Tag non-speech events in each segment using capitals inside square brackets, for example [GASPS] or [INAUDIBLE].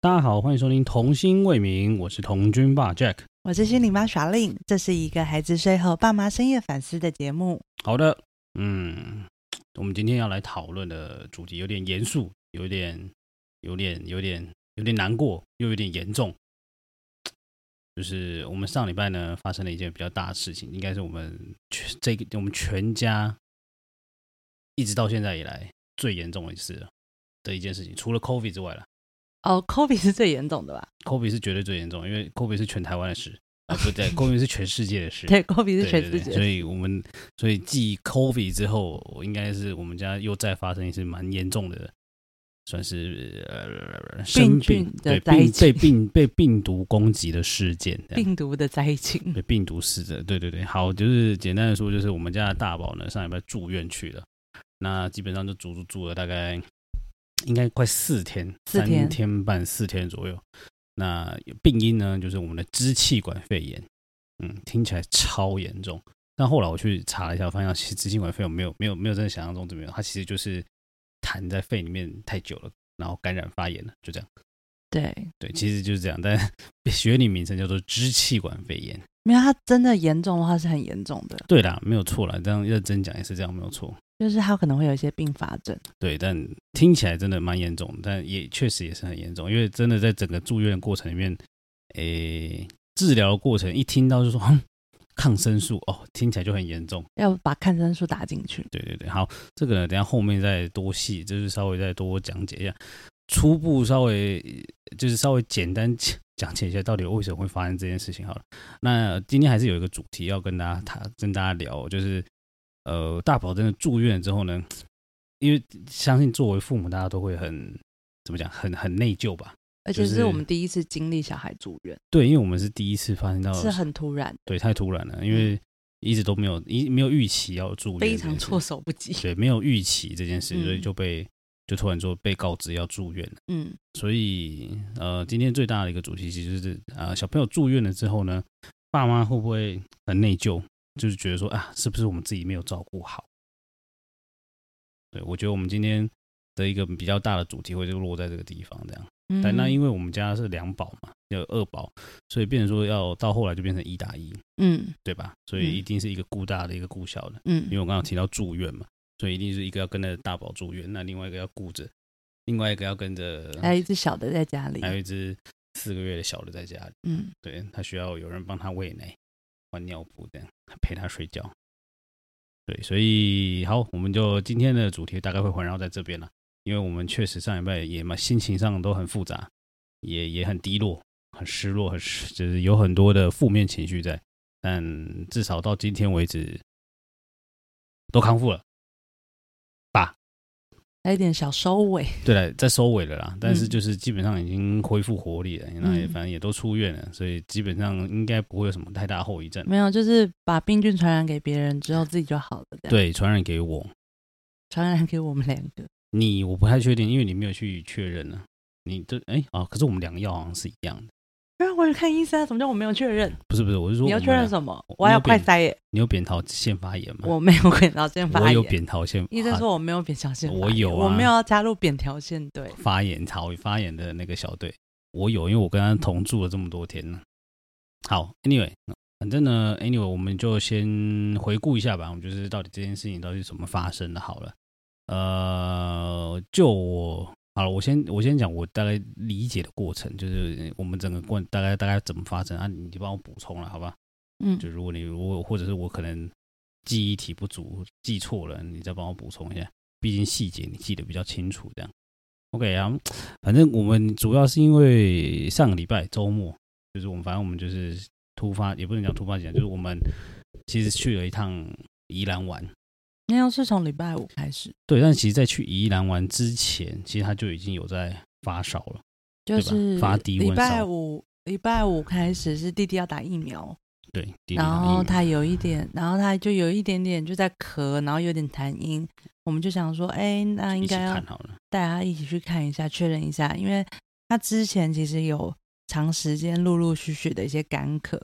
大家好，欢迎收听《童心未泯》，我是童军爸 Jack。我是心理妈耍令，这是一个孩子睡后爸妈深夜反思的节目。好的，嗯，我们今天要来讨论的主题有点严肃，有点、有点、有点、有点难过，又有点严重。就是我们上礼拜呢发生了一件比较大的事情，应该是我们全这个我们全家一直到现在以来最严重的一次了的一件事情，除了 COVID 之外了。哦，Kobe 是最严重的吧？ COVID 是绝对最严重，因为 COVID 是全台湾的事啊，不对，COVID 是全世界的事。对，Kobe 对是全世界对对所以我们所以继 COVID 之后，我应该是我们家又再发生一次蛮严重的，算是呃生病菌对的灾病情 [LAUGHS] 被病被病毒攻击的事件，这样病毒的灾情。对病毒死的，对对对，好，就是简单的说，就是我们家的大宝呢上礼拜住院去了，那基本上就足足住了大概应该快四天，四天三天半四天左右。那病因呢，就是我们的支气管肺炎，嗯，听起来超严重。但后来我去查了一下，发现其实支气管肺炎没有没有没有真的想象中这么严重，它其实就是痰在肺里面太久了，然后感染发炎了，就这样。对，对，其实就是这样，但 [LAUGHS] 学理名称叫做支气管肺炎。没有，它真的严重的话是很严重的，对啦，没有错啦，这样认真讲也是这样，没有错。就是它可能会有一些并发症。对，但听起来真的蛮严重的，但也确实也是很严重，因为真的在整个住院的过程里面，诶，治疗的过程一听到就说、哼抗生素哦，听起来就很严重。要把抗生素打进去。对对对，好，这个呢，等一下后面再多细，就是稍微再多讲解一下，初步稍微就是稍微简单讲解一下到底为什么会发生这件事情好了。那今天还是有一个主题要跟大家谈，跟大家聊，就是呃，大宝真的住院之后呢，因为相信作为父母，大家都会很怎么讲，很很内疚吧？而且就是是我们第一次经历小孩住院，对，因为我们是第一次发现到，是很突然，对，太突然了，因为一直都没有一没有预期要住院这非件事情，常措手不及。对，没有预期这件事，嗯所以就被就突然说被告知要住院了。嗯，所以呃，今天最大的一个主题其实就是呃，小朋友住院了之后呢，爸妈会不会很内疚，就是觉得说啊，是不是我们自己没有照顾好？对，我觉得我们今天的一个比较大的主题会就落在这个地方，这样。但那因为为我们家是两宝嘛，要有二宝，所以变成说要到后来就变成一打一，嗯对吧？所以一嗯定是一个顾大的，一个顾小的。因为嗯我刚刚有提到住院嘛，所以一定是一个要跟着大宝住院，那另外一个要顾着，另外一个要跟着，还有一只小的在家里啊还，有一只四个月的小的在家里，嗯，对他需要有人帮他喂奶、换尿布这样，陪他睡觉。对，所以好，我们就今天的主题大概会环绕在这边了，因为我们确实上礼拜也嘛心情上都很复杂，也也很低落、很失落、很失就是有很多的负面情绪在，但至少到今天为止都康复了。还有一点小收尾。 [LAUGHS] 对了，在收尾了啦，但是嗯就是基本上已经恢复活力了，那也反正也都出院了，所以基本上应该不会有什么太大后遗症。没有，就是把病菌传染给别人之后，自己就好了。这样，对，传染给我，传染给我们两个。你我不太确定，因为你没有去确认呢。你这哎啊，可是我们两个药好像是一样的， [LAUGHS] 不然我去看医生啊，怎么叫我没有确认？不是不是，我是说你要我们确认俩什么我？我还有快塞耶，你有扁桃腺发炎吗？我没有扁桃腺我发有炎。扁桃腺，医生说我没有扁桃腺发炎，我有啊我没有要加入扁桃腺队。发炎潮发炎的那个小队，我有，因为我跟他同住了这么多天了。好，anyway，反正呢，anyway，我们就先回顾一下吧，我们就是到底这件事情到底是怎么发生的好了。呃，就我好了，我先我先讲我大概理解的过程，就是我们整个过大概大概怎么发生啊，你就帮我补充了，好吧？嗯就如果你如果或者是我可能记忆体不足记错了，你再帮我补充一下，毕竟细节你记得比较清楚。这样，OK 啊，反正我们主要是因为上个礼拜周末，就是我们反正我们就是突发，也不能讲突发奇想，就是我们其实去了一趟宜兰玩。那要是从礼拜五开始，对，但其实，在去宜兰玩之前，其实他就已经有在发烧了。就吧是发低温礼拜烧五，礼拜五开始是弟弟要打疫苗，对，第一然趟疫后苗他有一点，然后他就有一点点就在咳，然后有点痰音。我们就想说，哎，那应一起该要看好了，带他一起去看一下，确认一下，因为他之前其实有长时间陆陆续续的一些干咳，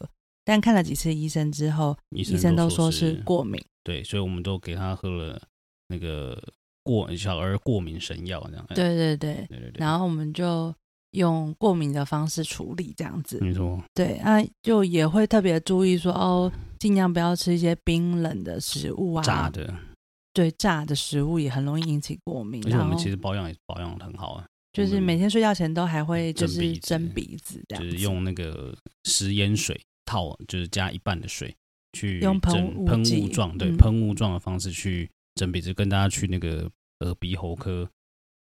但看了几次医生之后，医医生都说说是过敏。对，所以我们都给他喝了那个过小儿过敏神药，这样。哎对对对，对对对，然后我们就用过敏的方式处理这样子。没错，对，那、就也会特别注意说哦，尽量不要吃一些冰冷的食物啊，炸的，对炸的食物也很容易引起过敏。而且我然后们其实保养也保养的很好啊，就是每天睡觉前都还会就嗯蒸鼻是子蒸鼻子这就样子，是用那个食盐水套，就是加一半的水去用喷蒸雾喷雾剂状，对，嗯喷雾状的方式去蒸鼻子，跟大家去那个耳鼻喉科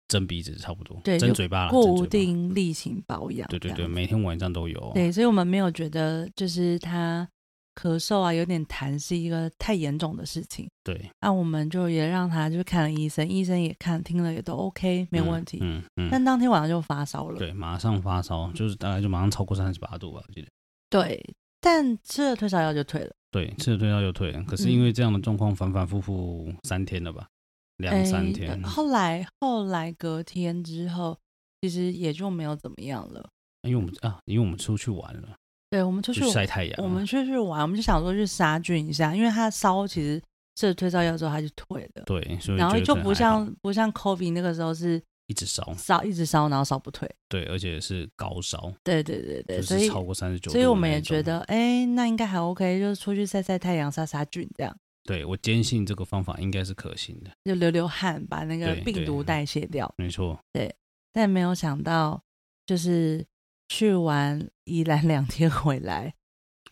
蒸鼻子差不多，对蒸有嘴巴啦，蒸固嘴巴定例行保养。对对这对，样子每天晚上都有哦，对，所以我们没有觉得就是他咳嗽啊有点痰是一个太严重的事情。对，那、我们就也让他就是看了医生，医生也看听了也都 OK 没有嗯问题。嗯嗯，但当天晚上就发烧了。对，马上发烧，就是大概就马上超过三十八度吧，我记得。对但吃了退烧药就退了。对，吃了退烧就退了，可是嗯因为这样的状况反反复复三天了吧，两哎三呃天，啊后来后来隔天之后，其实也就没有怎么样了。因为我们啊，因为我们出去玩了，对，我们出去去晒啊太阳，我们出去玩，我们就想说去杀菌一下，因为他烧其实吃了退烧药之后他就退了，对，所以然后觉得就可能不还好像不像 COVID 那个时候是一直烧，烧一直烧，然后烧不退。对，而且是高烧，对对对对，就所是以超过三十九，所以我们也觉，得，哎，那应该还 OK，就是出去晒晒太阳、杀杀菌这样，对我坚信这个方法应该是可行的，就流流汗，把那个对病对毒代谢掉。没错，但没有想到，就是去完宜兰两天回来，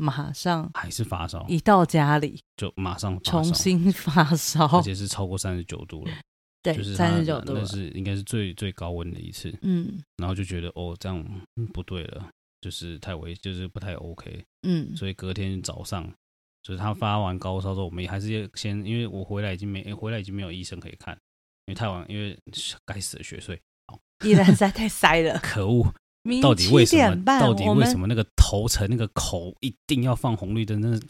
马上还是发烧，一到家里就马上哦发重烧，新发而烧，且是超过三十九度了，对就，是它三十九度那了。是应该是最最高温的一次，嗯然后就觉得哦，这样嗯不对了，就是太危，就是不太 OK，嗯，所以隔天早上，就是他发完高烧之后，我们也还是先，因为我回来已经没，回来已经没有医生可以看，因为太晚，因为该死的学睡，，宜兰实在太塞了 [LAUGHS] 可恶！明到明底为七什点么？半，到底我为什们么那个头城那个口一定要放红绿灯？真是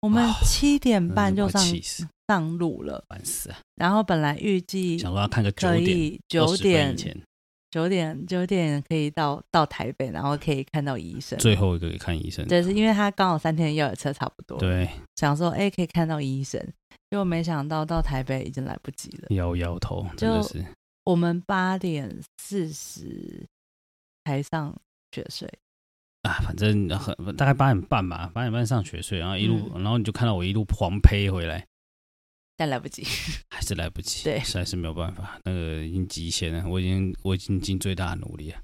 我们啊七点半真就是快上气死，上路了，烦死了！然后本来预计想说要看个九可点，以九20分点以前九点九点可以到到台北，然后可以看到医生。最后一个看医生。对，是因为他刚好三天的药也吃差不多，对，想说哎可以看到医生，结果没想到到台北已经来不及了。摇摇头，真的就是我们八点四十才上学水，啊，反正很大概八点半吧，八点半上学睡，然后一路，嗯然后你就看到我一路狂飞回来，但来 [LAUGHS] 不及。还是来不及，对实在是没有办法，那个已经极限了，我已经我已经尽最大的努力了，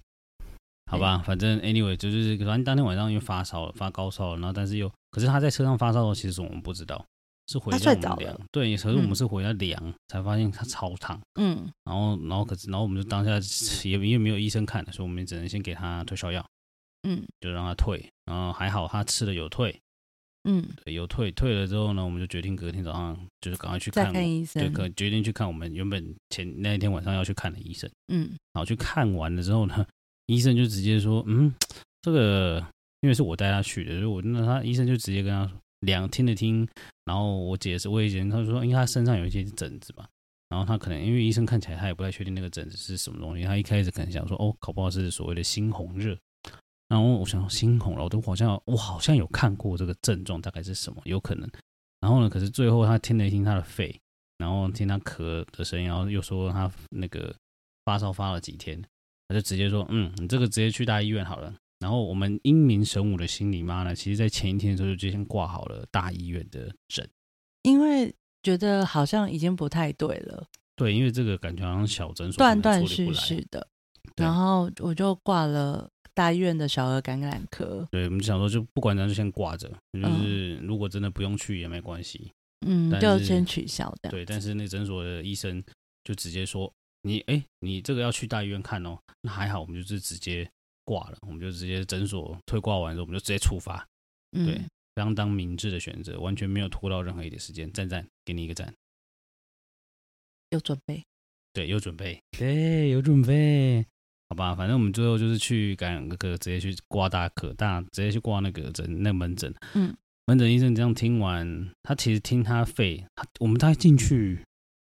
好吧，反正 anyway 就是反正当天晚上因为发烧了，发高烧了，然后但是又，可是他在车上发烧的时候，其实我们不知道，是回他家睡我们着量了，对，可是我们嗯是回家量、才发现他超烫，嗯然后然后可是然后我们就当下也也没有医生看，所以我们只能先给他退烧药，嗯就让他退，然后还好他吃了有退，嗯，对有退退了之后呢，我们就决定隔天早上就是赶快去再看我看医生对，。可决定去看我们原本前那一天晚上要去看的医生，嗯然后去看完了之后呢，医生就直接说，嗯，这个因为是我带他去的，所以我那他医生就直接跟他说，两听了听，然后我解释我以前他说，因为他身上有一些疹子嘛，然后他可能因为医生看起来他也不太确定那个疹子是什么东西，他一开始可能想说，哦，搞不好是所谓的猩红热。然后我想说猩红了，我都好像我好像有看过这个症状大概是什么，有可能。然后呢，可是最后他听了一听他的肺，然后听他咳的声音，然后又说他那个发烧发了几天，他就直接说，嗯，你这个直接去大医院好了。然后我们英明神武的心理妈呢，其实在前一天的时候就先挂好了大医院的诊，因为觉得好像已经不太对了，对，因为这个感觉好像小诊所断根本断处理不续来续的，对然后我就挂了大医院的小儿感染科。对，我们就想说就不管咱就先挂着，就是如果真的不用去也没关系，嗯，但就是先取消的。对。但是那诊所的医生就直接说，你哎，你这个要去大医院看哦。那还好，我们就是直接挂了，我们就直接诊所退挂完之后，我们就直接出发。嗯，对相当明智的选择，完全没有拖到任何一点时间。赞赞，给你一个赞。有准备。对，有准备，对，有准备。好吧，反正我们最后就是去感染科，直接去挂大科大，直接去挂那个诊那门诊。嗯，门诊医生这样听完，他其实听他肺，他我们大概进去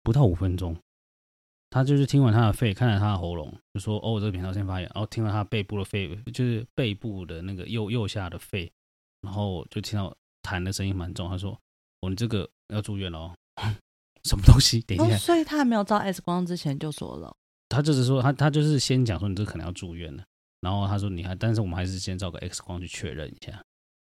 不到五分钟，他就是听完他的肺，看了他的喉咙，就说：“哦，我这个扁桃腺发炎。”然后听了他背部的肺，就是背部的那个右右下的肺，然后就听到痰的声音蛮重。他说：“我、们这个要住院了哦。” [LAUGHS] 什么东西？等一下哦，，所以他还没有照 X 光之前就说了。他就是说他他就是先讲说你这可能要住院了，然后他说你还，但是我们还是先照个 X 光去确认一下。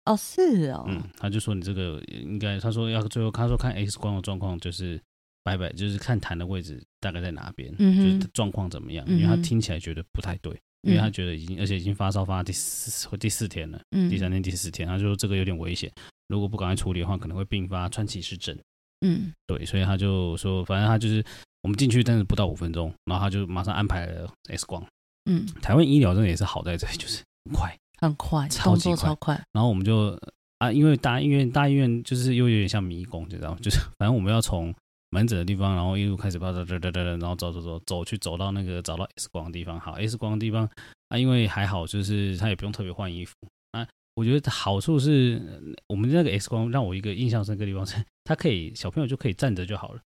哦，是哦，嗯，他就说你这个应该，他说要最后他说看 X 光的状况就是拜拜，就是看痰的位置大概在哪边，嗯就哼是状况怎么样，因为他嗯哼听起来觉得不太对，因为他觉得已经而且已经发烧发到第四第四天了，嗯第三天第四天，他就说这个有点危险，如果不赶快处理的话，可能会并发川崎氏症。嗯对，所以他就说，反正他就是我们进去，但是不到五分钟，然后他就马上安排了 X 光。嗯，台湾医疗真的也是好在这里，就是很快。很快，超动级作快超快，然后我们就啊，因为大医院大医院就是又有点像迷宫，你知道吗？就是反正我们要从门诊的地方，然后一路开始吧哒哒哒哒，然后走走走走去走到那个找到 X 光的地方。好，X 光的地方啊，因为还好，就是他也不用特别换衣服啊。我觉得好处是呃我们那个 X 光让我一个印象深刻的地方是，他可以小朋友就可以站着就好了，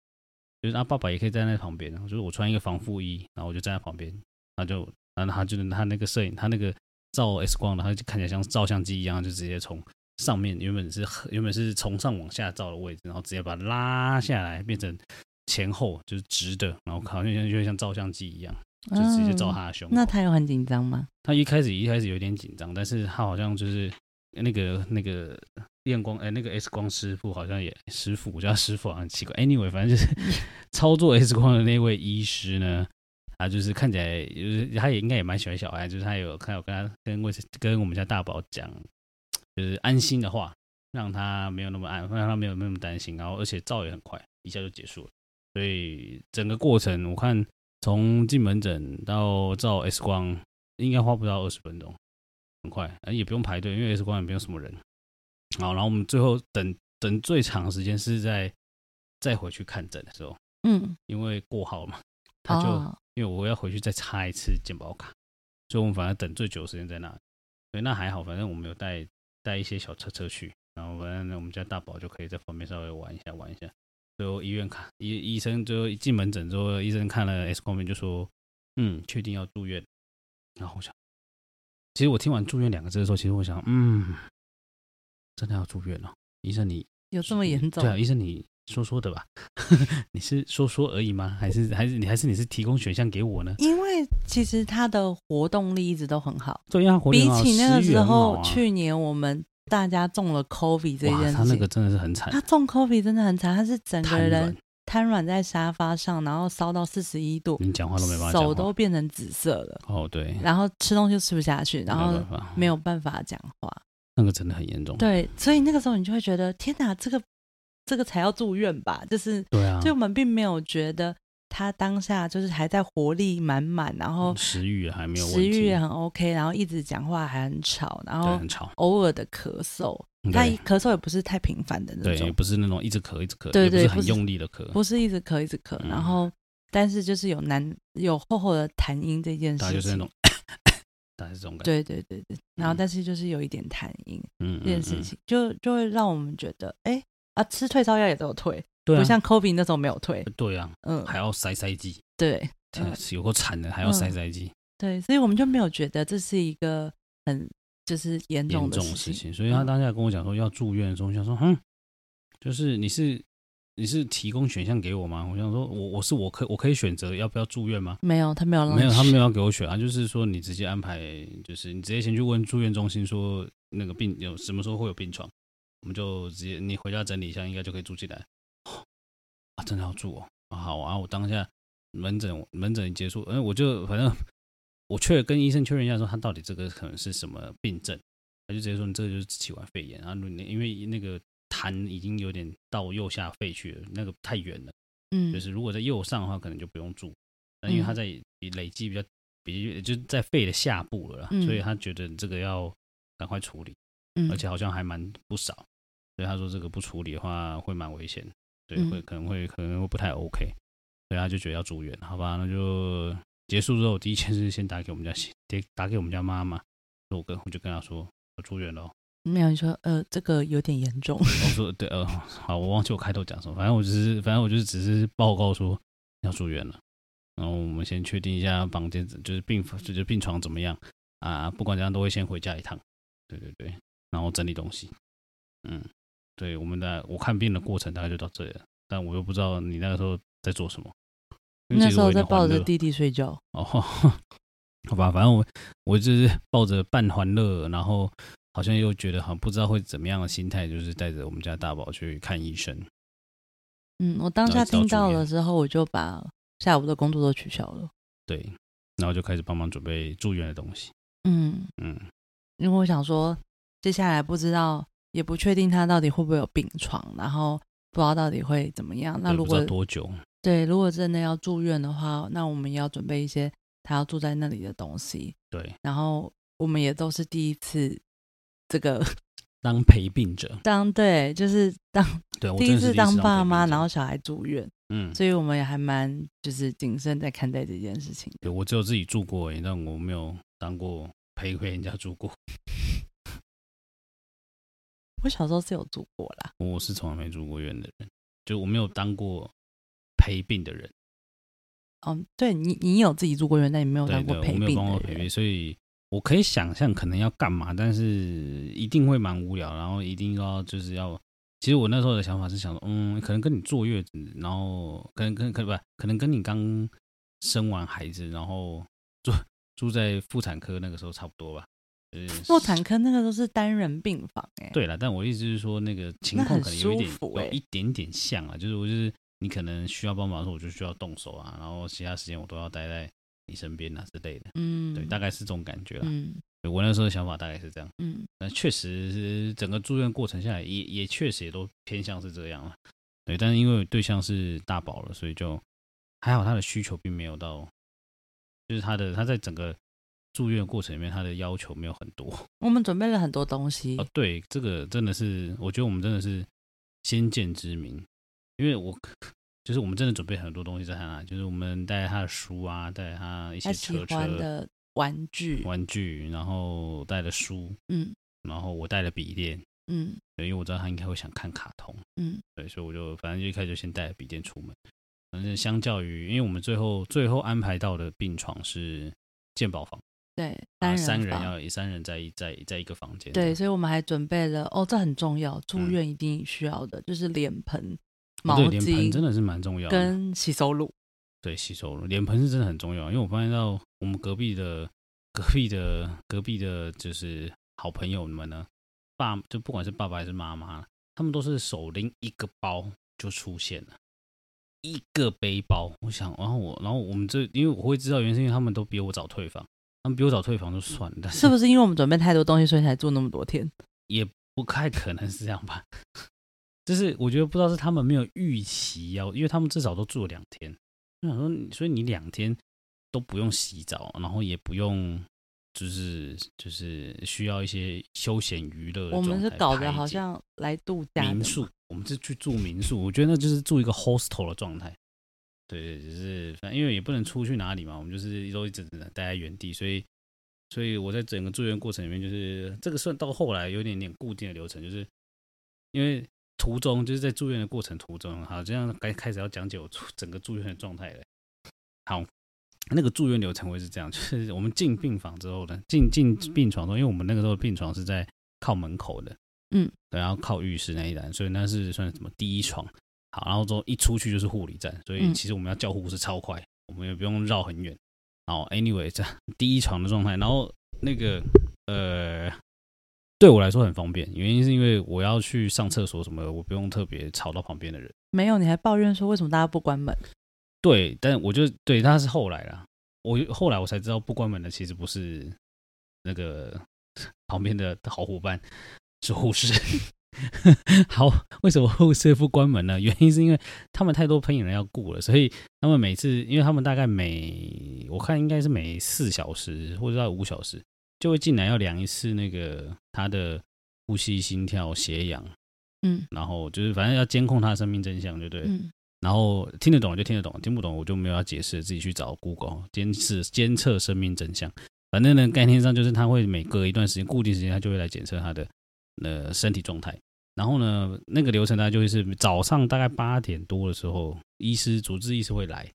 就是啊他爸爸也可以站在旁边，就是我穿一个防护衣，然后我就站在旁边，他就然后他就是他那个摄影他那个照 X 光的，他就看起来像照相机一样，就直接从上面原本是原本是从上往下照的位置，然后直接把它拉下来，变成前后就是直的，然后好像像就像照相机一样，就直接照嗯他的胸口。那他有很紧张吗？他一开始一开始有点紧张，但是他好像就是那个那个验光哎、那个 X 光师傅好像也师傅，我叫他师傅好像很奇怪。Anyway，反正就是操作 X 光的那位医师呢，他就是看起来就是他也应该也蛮喜欢小孩，就是他有他有跟他跟卫跟我们家大宝讲，就是安心的话，让他没有那么安，让他没有那么担心，然后而且照也很快，一下就结束了。所以整个过程我看从进门诊到照 X 光，应该花不到二十分钟，很快，呃也不用排队，因为 X 光也没有什么人。好，然后我们最后等等最长的时间是在再回去看诊的时候，嗯，因为过号嘛，他就、哦，因为我要回去再插一次健保卡，所以我们反而等最久的时间在那里。所以那还好，反正我们有带带一些小车车去，然后反正我们家大宝就可以在旁边稍微玩一下玩一下。最后医院看医医生最后一进门诊之后，医生看了 X 光片就说，嗯，确定要住院。然后我想，其实我听完住院两个字的时候，其实我想，嗯，真的要住院了、医生你有这么严重对？啊，医生你说说的吧， [LAUGHS] 你是说说而已吗？还是还是你还是你是提供选项给我呢？因为其实他的活动力一直都很好，对呀、啊，活力比很好起那个食欲时很好候，啊去年我们大家中了 COVID 这哇，件他事那情，个真的是很惨，他中 COVID 真的很惨，他是整个瘫人软，瘫软在沙发上，然后烧到四十一度，你讲话哦都没办法讲手话，都变成紫色了，哦对，然后吃东西都吃不下去，然没后办法，嗯没有办法讲话。那个真的很严重，对，所以那个时候你就会觉得，天哪，这个这个才要住院吧？就是，对啊，所以我们并没有觉得他当下就是还在活力满满，然后食欲还嗯没有问食题，欲也很 OK，然后一直讲话还很吵，然对后很吵，偶尔的咳嗽，他对咳嗽也不是太频繁的那对，也种，不是那种一直咳一直咳，对也不对是不很是用力的咳，不是一直咳一直咳，嗯然后但是就是有难有厚厚的痰音这件大概就事是那情种，，大概是这种感觉，对对对对，然后但是就是有一点痰音嗯，嗯这件事嗯情，就就会让我们觉得，哎啊，吃退烧药也都有退，对不啊，像 COVID 那种没有退，对啊，嗯，还要塞塞剂，对天啊嗯有够惨的，还要塞嗯塞剂，对，所以我们就没有觉得这是一个很就是严严重的重的事事情，情，所以他嗯当下跟我讲说要住院的时候，我想说，嗯，就是你是你是提供选项给我吗？我想说我我是我可我可以选择要不要住院吗？没有他没有让没有，他没有有要给我选啊，就是说你直接安排，就是你直接先去问住院中心说那个病有什么时候会有病床，我们就直接你回家整理一下，应该就可以住进来。 [GASPS] 哦啊，真的要住哦，啊好啊，我当下门诊门诊结束，嗯、我就反正 [LAUGHS] 我确跟医生确认一下说他到底这个可能是什么病症，他就直接说你这个就是支气管肺炎，然后你因为那个痰已经有点到右下肺去了，那个太远了。嗯就是如果在右上的话，可能就不用住，那因为它嗯在比累积比较比就是在肺的下部了啦，嗯所以他觉得这个要赶快处理，嗯而且好像还蛮不少，所以他说这个不处理的话会蛮危险，对，嗯会可能会可能会不太 OK，所以他就觉得要住院，好吧，那就结束之后第一件事先打给我们家打打给我们家妈妈，说我跟我就跟她说我住院了，哦没有你说呃这个有点严重，我说对呃，好，我忘记我开头讲什么，反正我只、是，反正我就是只是报告说要住院了，然后我们先确定一下房间就是病就是病床怎么样啊，不管怎样都会先回家一趟，对对对，然后整理东西，嗯，对，我们的我看病的过程大概就到这里了，但我又不知道 [LAUGHS] 你那个时候在做什么，因为那其实时候我有在点抱欢着乐弟弟睡觉，哦，好吧，反正我我就是抱着半欢乐，然后好像又觉得好像不知道会怎么样的心态，就是带着我们家大宝去看医生。嗯，我当下然后听照到住院的时候，我就把下午的工作都取消了。对，然后就开始帮忙准备住院的东西。嗯，嗯，因为我想说，接下来不知道，也不确定他到底会不会有病床，然后不知道到底会怎么样。那对如不知果道多久，对，如果真的要住院的话，那我们也要准备一些他要住在那里的东西。对，然后我们也都是第一次，这个 [LAUGHS] 当陪病者，当对，就是当对我第真的一是第一次次当爸陪妈，病然者后小孩住院，嗯，所以我们也还蛮就是谨慎在看待这件事情。 [LAUGHS] 对我只有自己住过而已，但我没有当过陪陪人家住过，我小时候是有住过啦，我是从来没住过院的人，就我没有当过陪病的人。嗯，对你，你有自己住过院，但你没有对当过对，陪我没有病帮过的陪人病，所以我可以想象可能要干嘛，但是一定会蛮无聊，然后一定要就是要。其实我那时候的想法是想说，嗯，可能跟你坐月子，然后可能跟可不可能跟你刚生完孩子，然后住住在妇产科那个时候差不多吧。就是妇产科那个都是单人病房、欸，哎，，对了，但我意思是说，那个情那况很可能有一点舒服有欸一点点像啊，就是我就是你可能需要帮忙的时候，我就需要动手啊，然后其他时间我都要待在你身边啊之类的。嗯，对，大概是这种感觉啦。嗯对我那时候的想法大概是这样，嗯，但确实是整个住院过程下来也，也确实也都偏向是这样了。对，但是因为对象是大宝了，所以就还好，他的需求并没有到，就是他的他在整个住院过程里面，他的要求没有很多。我们准备了很多东西，啊，对，这个真的是，我觉得我们真的是先见之明，因为我就是我们真的准备很多东西在他那里，就是我们带他的书啊，带他一他些喜车欢车的玩具，玩具，然后带了书，嗯然后我带了笔电，嗯对，因为我知道他应该会想看卡通，嗯，对，所以我就反正就一开始就先带了笔电出门。反正相较于，因为我们最后最后安排到的病床是健保房，对，啊，单三人人房，要三人在一在在一个房间，对，，所以我们还准备了，哦，这很重要，住嗯院一定需要的，就是脸盆、哦毛对脸盆巾真的是蛮重要的，跟洗手乳，对，吸收了。脸盆是真的很重要，因为我发现到我们隔壁的、隔壁的、隔壁的，就是好朋友们呢，爸就不管是爸爸还是妈妈，他们都是手拎一个包就出现了，一个背包。我想，然后我，然后我们这，因为我会知道，原因是因为他们都比我早退房，他们比我早退房就算了，但是是不是因为我们准备太多东西，所以才住那么多天？不太可能是这样吧？就是我觉得不知道是他们没有预期要，因为他们至少都住了两天。我想说你，所以你两天都不用洗澡，然后也不用就是就是需要一些休闲娱乐的状我态排解。们是搞得好像来度假的民嘛宿，我们是去住民宿，我觉得那就是住一个 hostel 的状态。对，就是反正因为也不能出去哪里嘛，我们就是都一直待在原地，所以所以我在整个住院过程里面，就是这个算到后来有一点点固定的流程，就是因为途中就是在住院的过程途中，好，这样该开始要讲解我住整个住院的状态了。好，那个住院流程会是这样，就是我们进病房之后呢，进进病床中，因为我们那个时候的病床是在靠门口的，嗯对，然后靠浴室那一栏，所以那是算什么第一床。好，然后之后一出去就是护理站，所以嗯其实我们要叫护士超快，我们也不用绕很远。好，anyway，这样第一床的状态，然后那个呃，对我来说很方便，原因是因为我要去上厕所什么的，我不用特别吵到旁边的人。没有，你还抱怨说为什么大家不关门？对，但我就对他是后来啦，我后来我才知道不关门的其实不是那个旁边的好伙伴，是护士。 [LAUGHS] 好，为什么护士不关门呢？原因是因为他们太多喷友人要顾了，所以他们每次，因为他们大概每我看应该是每四小时或者到五小时就会进来要量一次那个他的呼吸、心跳、血氧，嗯然后就是反正要监控他的生命真相，就对了。嗯，然后听得懂就听得懂，听不懂我就没有要解释，自己去找 Google 监视监测生命真相。反正呢，概念上就是他会每隔一段时间，固定时间他就会来检测他的呃身体状态。然后呢，那个流程大概就会是早上大概八点多的时候，医师主治医师会来，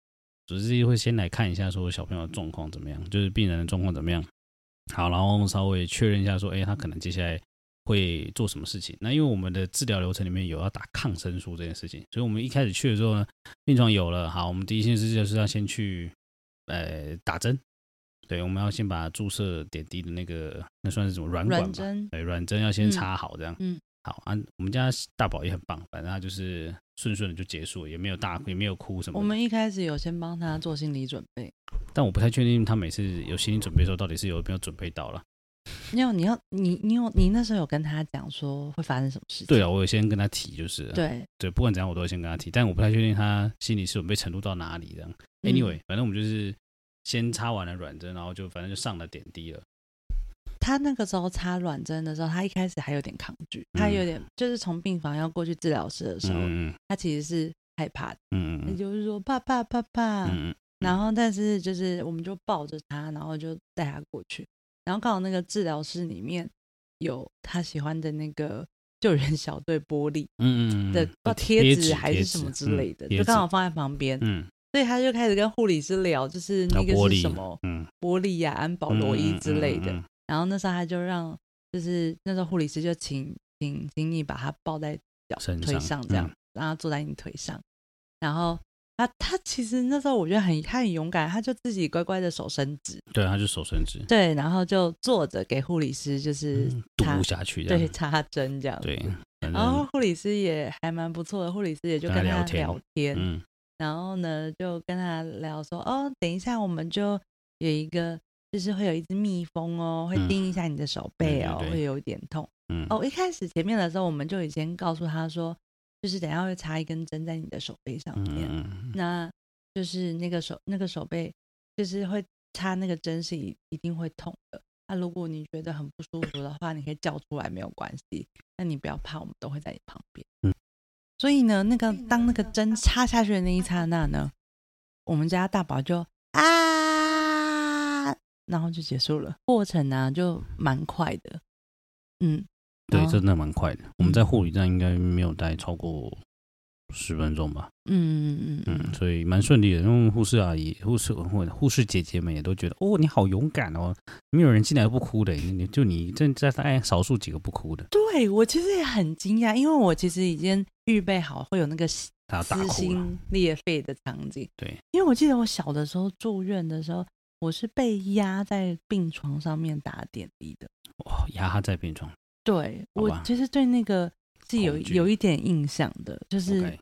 主治医师会先来看一下说小朋友的状况怎么样，就是病人的状况怎么样。好，然后稍微确认一下说，哎，他可能接下来会做什么事情。那因为我们的治疗流程里面有要打抗生素这件事情，所以我们一开始去的时候呢，病床有了，好，我们第一件事就是要先去呃打针，对，我们要先把注射点滴的那个那算是什么软管软吧？针，对，软针要先插好，这样。嗯好啊，我们家大宝也很棒，反正他就是顺顺的就结束了，也没有大也没有哭什么的。我们一开始有先帮他做心理准备，但我不太确定他每次有心理准备的时候，到底是有没有准备到了。你有你要你你有你那时候有跟他讲说会发生什么事情，对啊，我有先跟他提，就是了对，对，啊不管怎样我都会先跟他提，但我不太确定他心理是准备程度到哪里这样。嗯 Anyway，、反正我们就是先插完了软针，然后就反正就上了点滴了。他那个时候插软针的时候，他一开始还有点抗拒，嗯他有点就是从病房要过去治疗室的时候，嗯他其实是害怕的，嗯也嗯就是说爸爸爸爸，嗯嗯然后但是就是我们就抱着他，然后就带他过去，然后刚好那个治疗室里面有他喜欢的那个救援小队玻璃嗯嗯的哦贴纸还是什么之类的，就刚好好放在旁边，嗯，啊所以他就开始跟护理师聊，就是那玻个是璃什么嗯，玻璃呀、安保罗伊之类的。嗯嗯嗯嗯然后那时候他就让，就是那时候护理师就请请请你把他抱在脚身腿上上这样，嗯让他坐在你腿上。然后他他其实那时候我觉得很他很勇敢，他就自己乖乖的手伸直，对，他就手伸直，对，然后就坐着给护理师就是 [LAUGHS] 嗯插、嘟下去这对样，插哦针这样。对，反然后正护理师也还蛮不错的，护理师也就跟跟他他聊天聊天，嗯然后呢，就跟他聊说，哦，等一下我们就有一个，就是会有一只蜜蜂哦，会嗯叮一下你的手对背对哦，对会有一点痛。嗯哦，一开始前面的时候，我们就已经告诉他说，就是等一下会插一根针在你的手背上嗯面，嗯嗯那就是那个手那个手背，就是会插那个针是一一定会痛的。那、如果你觉得很不舒服的话，你可以叫出来没有关系，那你不要怕，我们都会在你旁边。嗯所以呢，那个当那个针插下去的那一刹那呢，我们家大宝就啊，然后就结束了。过程呢、就蛮快的，嗯，对，然后真的蛮快的。我们在护理站应该没有待超过十分钟吧，嗯嗯嗯嗯，所以蛮顺利的。因为护士阿姨、护士或护士姐姐们也都觉得，哦，你好勇敢哦，没有人进来不哭的，你你就你这在大概少数几个不哭的，对我其实也很惊讶，因为我其实已经预备好会有那个他大撕哭了。心裂肺的场景。对，因为我记得我小的时候住院的时候，我是被压在病床上面打点滴的。哇，压他在病床。对好我吧其实对那个是有恐惧有一点印象的，就是 OK，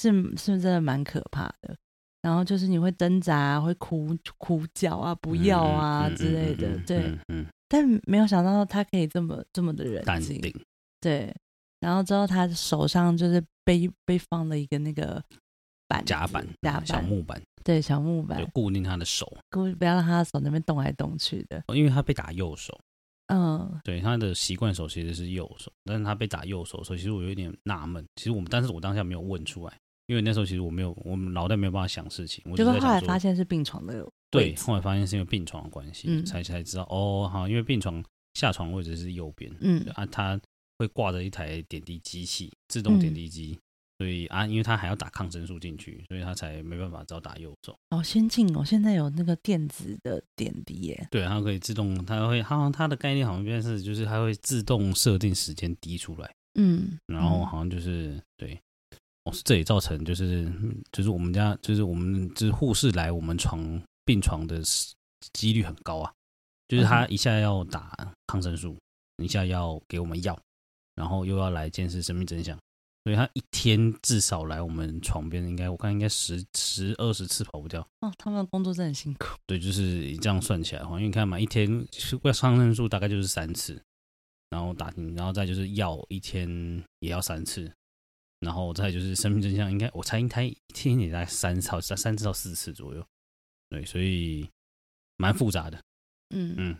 是是真的蛮可怕的。然后就是你会挣扎，会哭哭叫啊，不要啊嗯嗯嗯之类的，嗯嗯对。嗯嗯，但没有想到他可以这么这么的冷淡静，定，对，然后之后他手上就是被被放了一个那个板子甲板、嗯甲小板，木板，对小木板就，固定他的手，故意不要让他的手那边动来动去的。因为他被打右手，嗯，对他的习惯手其实是右手，但是他被打右手的时候，其实我有一点纳闷。其实我们，但是我当下没有问出来，因为那时候其实我没有，我们脑袋没有办法想事情。我结就果在后来想说发，现是病床的位对，置。后来发现是因为病床的关系，嗯才才知道哦，好，因为病床下床位置是右边，嗯啊，它会挂着一台点滴机器，自动点嗯滴机，所以啊，因为他还要打抗生素进去，所以他才没办法只好打右手。好先进哦！现在有那个电子的点滴耶，对，它可以自动，它会，它好像它的概念好像变成是，就是它会自动设定时间滴出来。嗯，然后好像就是、对，哦，是这也造成就是就是我们家就是我们就是护士来我们床病床的时几率很高啊，就是他一下要打抗生素，一下要给我们药，然后又要来见识生命真相，所以他一天至少来我们床边应该我看应该十十二十次跑不掉。嗯哦，他们的工作真的很辛苦，对，就是这样算起来的话，因为你看嘛，一天是要抗生素大概就是三次，然后打听，然后再就是药一天也要三次，然后再就是生命真相，应该我猜应该一天也大概三到三三次到四次左右，对，所以蛮复杂的，嗯嗯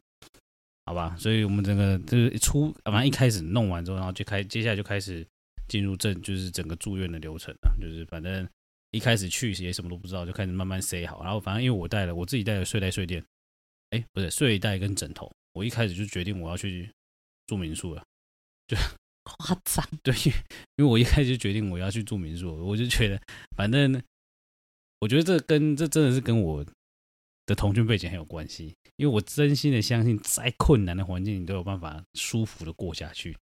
好吧？所以我们整个就是出，反正一开始弄完之后，然后就开接下来就开始进入正就是整个住院的流程了，就是反正一开始去也什么都不知道，就开始慢慢塞好，然后反正因为我带了我自己带了睡袋、睡垫，哎，不是睡袋跟枕头，我一开始就决定我要去住民宿了。夸张，对，因为因为我一开始就决定我要去住民宿，我就觉得反正我觉得这跟这真的是跟我的童军背景很有关系，因为我真心的相信，再困难的环境你都有办法舒服的过下去。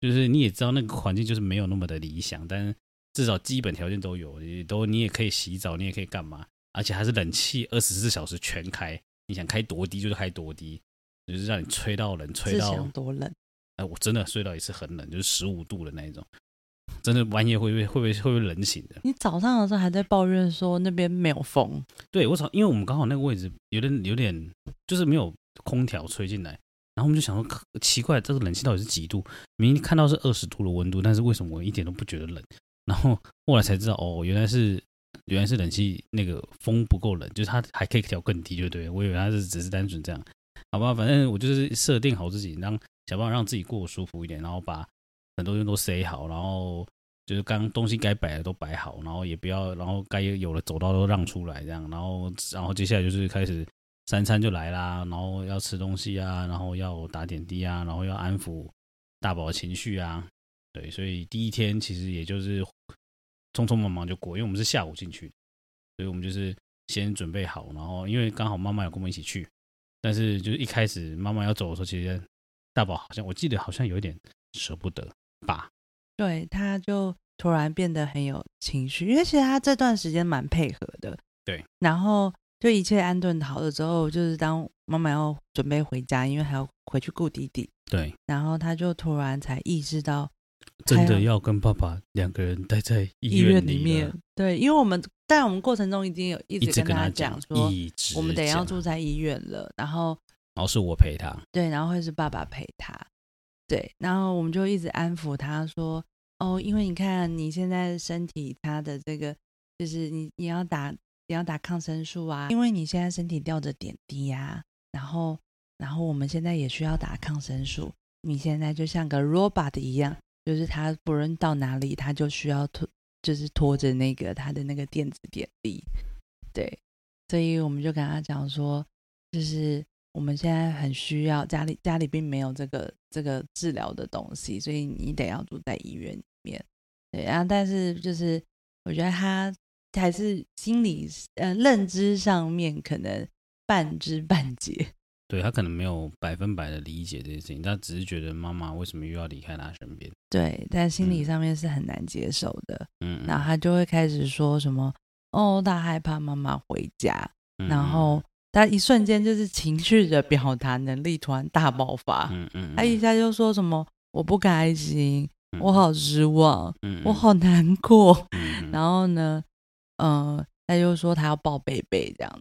就是你也知道那个环境就是没有那么的理想，但是至少基本条件都有，也都你也可以洗澡，你也可以干嘛，而且还是冷气二十四小时全开，你想开多低就是开多低，就是让你吹到冷，吹自到想多冷，哎，我真的睡到也是很冷，就是十五度的那一种，真的半夜会被会被会被冷醒的。你早上的时候还在抱怨说那边没有风，对我早，因为我们刚好那个位置有点有点就是没有空调吹进来，然后我们就想说可奇怪，这个冷气到底是几度？明明看到是二十度的温度，但是为什么我一点都不觉得冷？然后后来才知道，哦，原来是原来是冷气那个风不够冷，就是它还可以调更低，就对了我以为它是只是单纯这样，好吧，反正我就是设定好自己，让想办法让自己过得舒服一点，然后把很多东西都塞好，然后就是刚东西该摆的都摆好，然后也不要，然后该有的走道都让出来，这样，啊然后然后接下来就是开始三餐就来啦，然后要吃东西啊，然后要打点滴啊，然后要安抚大宝的情绪啊，对，所以第一天其实也就是匆匆忙忙就过，因为我们是下午进去的，所以我们就是先准备好，然后因为刚好妈妈有跟我们一起去，但是就是一开始妈妈要走的时候，其实大宝好像我记得好像有一点舍不得吧，对，他就突然变得很有情绪，因为其实他这段时间蛮配合的。对，然后就一切安顿好了之后，就是当妈妈要准备回家，因为还要回去顾弟弟，对，然后他就突然才意识到真还的有要跟爸爸两个人待在医医院里里面了，，对，因为我们在我们过程中已经有一一直直跟跟他讲讲，说，一直我们得要讲住在医院了，然后然后是我陪他，对，然后会是爸爸陪他，对，然后我们就一直安抚他说，哦，因为你看你现在身体他的这个，就是你你要打你要打抗生素啊，因为你现在身体吊着点滴呀、然后然后我们现在也需要打抗生素，你现在就像个 robot 一样，就是他不论到哪里，他就需要拖，就是拖着那个他的那个电子点滴，对，所以我们就跟他讲说，就是我们现在很需要家里家里并没有这个这个治疗的东西，所以你得要住在医院里面。对啊，但是就是我觉得他还是心理呃认知上面可能半知半解。对他可能没有百分百的理解这件事情，他只是觉得妈妈为什么又要离开他身边，对，但心理嗯上面是很难接受的，嗯，然后他就会开始说什么哦，他害怕妈妈回家，嗯然后他一瞬间就是情绪的表达能力突然大爆发，嗯嗯，嗯他一下就说什么我不开心，哎我，好失望，嗯我，好难过。嗯嗯嗯然后呢，呃，他就说他要抱贝贝这样。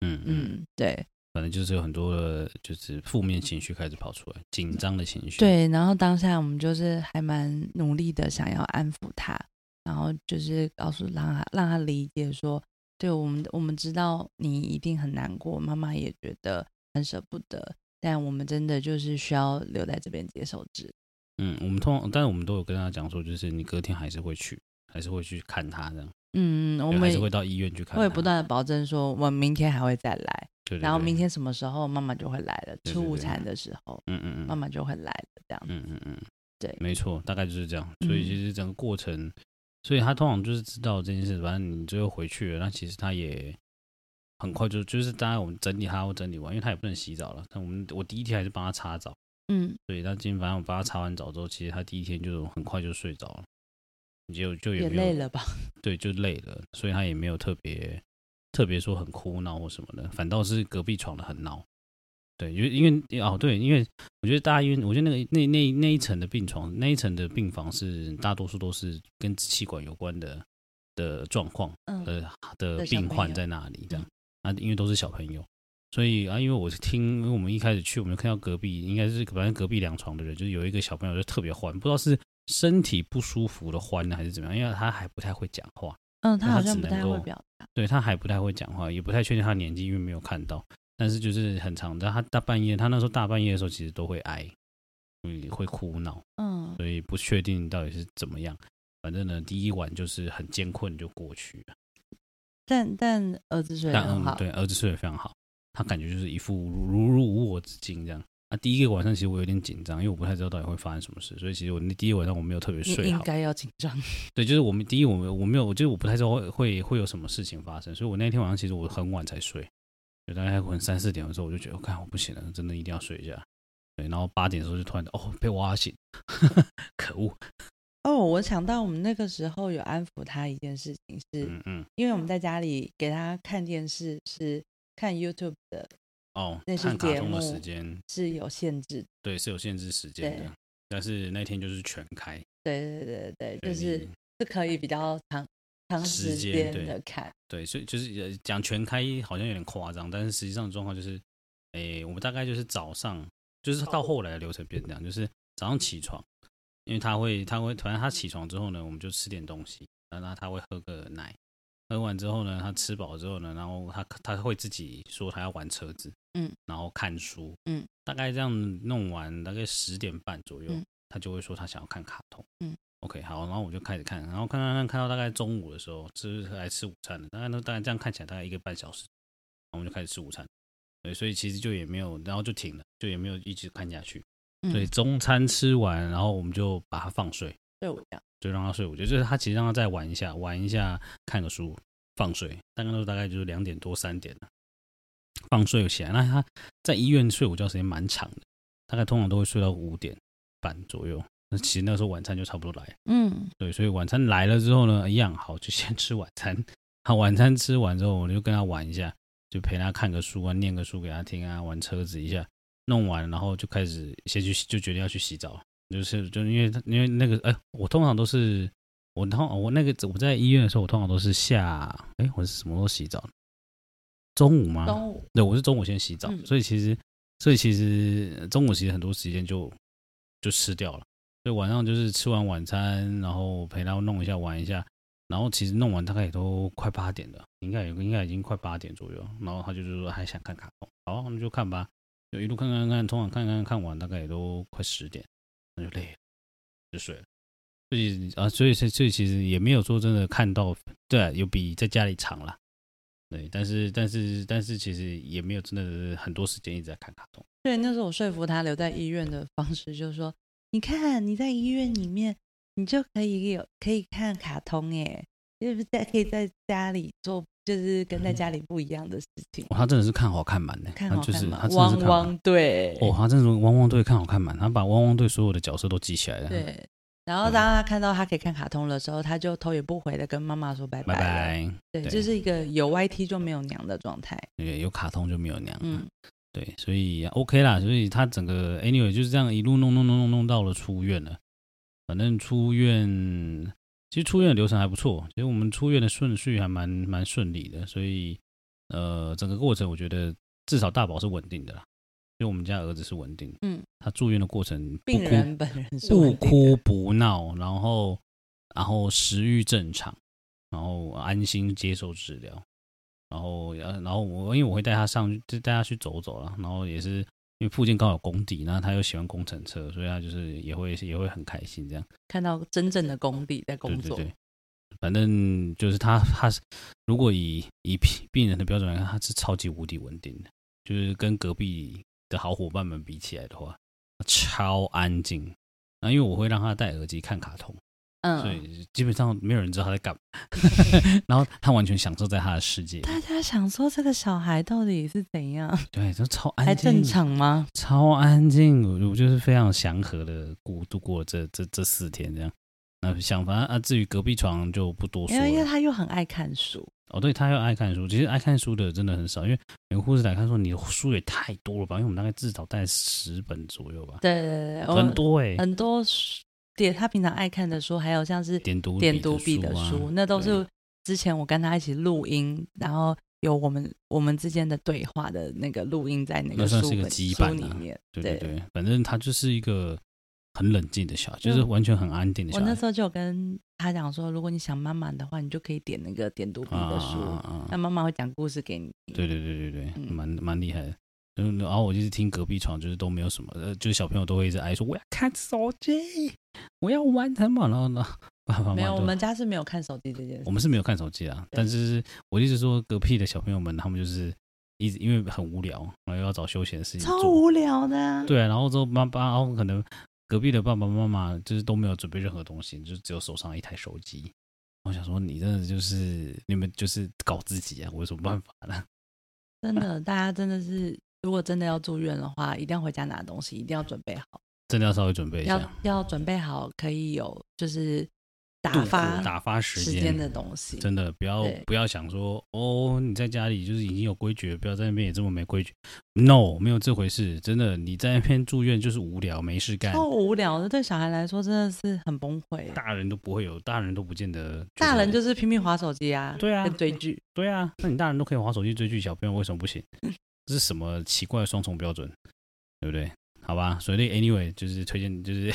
嗯嗯，嗯，对反正就是有很多的，就是负面情绪开始跑出来，紧张的情绪，，对。然后当下我们就是还蛮努力的，想要安抚他，然后就是告诉让他让他理解说，对我们我们知道你一定很难过，妈妈也觉得很舍不得，但我们真的就是需要留在这边接受治疗。嗯，我们通常，但是我们都有跟他讲说，就是你隔天还是会去，还是会去看他这样，嗯，我对们还是会到医院去看他，啊会不断的保证说，我们明天还会再来，对，对然后对明天什么时候妈妈就会来了，对吃对午对餐的时候嗯嗯嗯，妈妈就会来了，这样。嗯嗯嗯，对没错，大概就是这样。所以嗯其实整个过程，所以他通常就是知道这件事，反正你最后回去了，那其实他也很快就就是当然我们整理他，我整理完，因为他也不能洗澡了。但我们我第一天还是帮他擦澡，嗯，所以他今天反正我帮他擦完澡之后，其实他第一天就很快就睡着了，就就也也没有累了吧？对，就累了，所以他也没有特别特别说很哭闹或什么的，反倒是隔壁床的很闹。对，因为因为哦对，因为我觉得大家因为我觉得那个那那那一层的病床那一层的病房是大多数都是跟支气管有关的的状况，嗯，呃的的小病朋患友嗯在那里这样啊，因为都是小朋友，所以啊，因为我是听，因为我们一开始去，我们就看到隔壁应该是反正隔壁两床的人，就是有一个小朋友就特别欢，不知道是身体不舒服的欢呢还是怎么样，因为他还不太会讲话，嗯，他那好他像只不太能会够表达。对他还不太会讲话，也不太确定他的年纪，因为没有看到，但是就是很长的，他大半夜，他那时候大半夜的时候其实都会哀，会会哭闹，嗯，所以不确定到底是怎么样。反正呢，第一晚就是很艰困就过去了。但但儿子睡得但很嗯，好。对，儿子睡得非常好，他感觉就是一副如如入无我之境这样。啊，第一个晚上其实我有点紧张，因为我不太知道到底会发生什么事，所以其实我那第一晚上我没有特别你睡应好。该要紧张。对，就是我们第一我们我没有，就是我不太知道会会会有什么事情发生，所以我那天晚上其实我很晚才睡，就大概可能三四点的时候我就觉得，我、看我不行了，真的一定要睡一下。对，然后八点的时候就突然哦被挖醒， [LAUGHS] 可恶。 [LAUGHS] 哦，我想到我们那个时候有安抚他一件事情是，嗯嗯因为我们在家里给他看电视是看 YouTube 的哦，那是看卡节通的目时间，是有限制的。对，是有限制时间对的，但是那天就是全开，对对所对对对，以就是你是可以比较长长时时间间对的看。对，所以就是呃讲全开好像有点夸张，但是实际上状况就是，诶、我们大概就是早上，哦就是到后来的流程变这样，就是早上起床，因为他会他会，反正他起床之后呢，我们就吃点东西，然后他会喝个奶，喝完之后呢，他吃饱之后呢，然后他他会自己说他要玩车子，嗯，然后看书，嗯，大概这样弄完大概十点半左右，嗯他就会说他想要看卡通，嗯，OK，好，然后我就开始看，然后看看看看到大概中午的时候吃来吃午餐了，大概那大概这样看起来大概一个半小时，然后我们就开始吃午餐，对，所以其实就也没有，然后就停了，就也没有一直看下去，嗯，对，中餐吃完，然后我们就把他放睡，对我这样，就让他睡午觉，就是他其实让他再玩一下，玩一下，看个书，放睡，大概都大概就是两点多三点了，放睡起来。那他在医院睡午觉时间蛮长的，大概通常都会睡到五点半左右。那其实那时候晚餐就差不多来了，嗯对，所以晚餐来了之后呢，一样好就先吃晚餐。好，晚餐吃完之后，我就跟他玩一下，就陪他看个书啊，念个书给他听啊，玩车子一下。弄完，然后就开始先去就决定要去洗澡，就是就因为他因为那个哎，我通常都是我通我那个我在医院的时候，我通常都是下哎我是什么时候洗澡？中午吗？中午对，我是中午先洗澡，嗯所以其实，所以其实呃中午其实很多时间就就吃掉了，所以晚上就是吃完晚餐，然后陪他弄一下玩一下，然后其实弄完大概也都快八点了，应该有个应该已经快八点左右，然后他就是说还想看卡通，好，那就看吧，就一路看看看，通常看看看完大概也都快十点，那就累了，就睡了。所以啊，所以所以所以其实也没有说真的看到，对啊、有比在家里长啦。对，但是但是但是其实也没有真的很多时间一直在看卡通。对，那时候我说服他留在医院的方式就是说，你看你在医院里面，你就可以有可以看卡通耶，就是在可以在家里做，就是跟在家里不一样的事 [LAUGHS] 情，哦哇，他真的是看好看满呢，看他好啊就是看嘛他，真的是汪看好看汪队，哦，他真的是汪汪队看好看满，他把汪汪队所有的角色都记起来了。，对。然后嗯当他看到他可以看卡通的时候，他就头也不回的跟妈妈说拜拜了拜。对，对就是一个有 YT 就没有娘的状态。对，有卡通就没有娘。嗯，对，所以 OK 啦，所以他整个 anyway 就是这样一路弄弄弄弄弄到了出院了。反正出院，其实出院的流程还不错，其实我们出院的顺序还蛮蛮顺利的，所以呃，整个过程我觉得至少大宝是稳定的啦，因为我们家儿子是稳定的，嗯，他住院的过程不病哭人本人是不稳定的哭，不闹，然后然后食欲正常，然后安心接受治疗，然后呃然后我因为我会带他上去，就带他去走走了，然后也是因为附近刚好有工地，然后他又喜欢工程车，所以他就是也会也会很开心这样。看到真正的工地在对工对作。对，反正就是他他是如果以以病病人的标准来看，他是超级无敌稳定的，就是跟隔壁的好伙伴们比起来的话，超安静。那、因为我会让他戴耳机看卡通，所嗯，以基本上没有人知道他在 [LAUGHS] 干嘛，然后他完全享受在他的世界，大家想说这个小孩到底是怎样，对，就超还安静，正常吗？超安静，我我就是非常祥和的过度过这这这四天这样。那想反正啊，至于隔壁床就不多说因了。为因为他又很爱看书，哦，对，他又爱看书。其实爱看书的真的很少，因为有护士来看说你的书也太多了吧？因为我们大概至少带十本左右吧，对对对，我很多哎、很多书，对他平常爱看的书，还有像是点读点读笔的的啊书，那都对是之前我跟他一起录音，然后有我们我们之间的对话的那个录音在那那个算书是一个本基书板里啊面。对对对，反正他就是一个很冷静的小孩，就是嗯完全很安定的我小孩。那时候就有跟他讲说，如果你想妈妈的话，你就可以点那个点读笔啊的书，啊啊那妈妈会讲故事给你听。对对对对对，嗯蛮蛮厉害的。嗯然后我就是听隔壁床，就是都没有什么，呃，就是小朋友都会一直哀说我要看手机，我要玩什么，然后呢，爸爸妈妈没有，都我们家是没有看手机这件我事。们是没有看手机啊，对但是我一直说隔壁的小朋友们，他们就是一直因为很无聊，然后又要找休闲的事情超做，无聊的啊、对啊，然后之后妈爸，然后可能隔壁的爸爸妈妈就是都没有准备任何东西，就只有手上一台手机。我想说，你真的就是你们就是搞自己啊，我有什么办法呢？真的，大家真的是，如果真的要住院的话，一定要回家拿东西，一定要准备好，真的要稍微准备一下要，要准备好，可以有就是度打过发打发时时间的东西。真的不要对不要想说哦，你在家里就是已经有规矩了，不要在那边也这么没规矩。No，没有这回事，真的，你在那边住院就是无聊，没事干，超无聊的，对小孩来说真的是很崩溃。大人都不会有，大人都不见得觉得。大人就是拼命划手机啊，对啊跟追剧。对啊，那你大人都可以玩手机追剧，小朋友为什么不行？这是什么奇怪的双重标准，对不对？好吧，所以 anyway 就是推荐，就是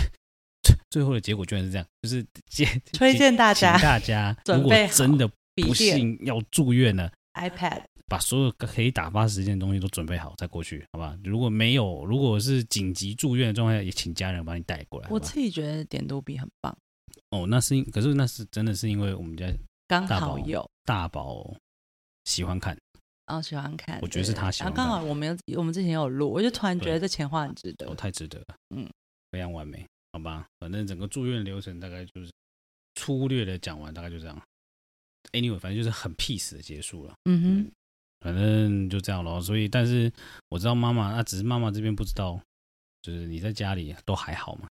[LAUGHS] 最后的结果居然是这样，就是建推荐大请家大家，准如果备好真的笔不电、幸要住院了。 iPad，把所有可以打发时间的东西都准备好再过去，好吧？如果没有，如果是紧急住院的状态，也请家人把你带过来。好我吧自己觉得点读笔很棒，哦，那是因，可是那是真的是因为我们家刚大宝好有，大宝喜欢看，然后喜欢看。我觉得是对他喜欢然后刚看好我们有我们之前有录，我就突然觉得对这钱花很值哦，得。太值得了，嗯，非常完美，好吧？反正整个住院流程大概就是粗略的讲完，大概就这样。Anyway，反正就是很 peace 的结束了。嗯反正就这样咯。所以，啊但是我知道妈妈，那、只是妈妈这边不知道，就是你在家里都还好嘛。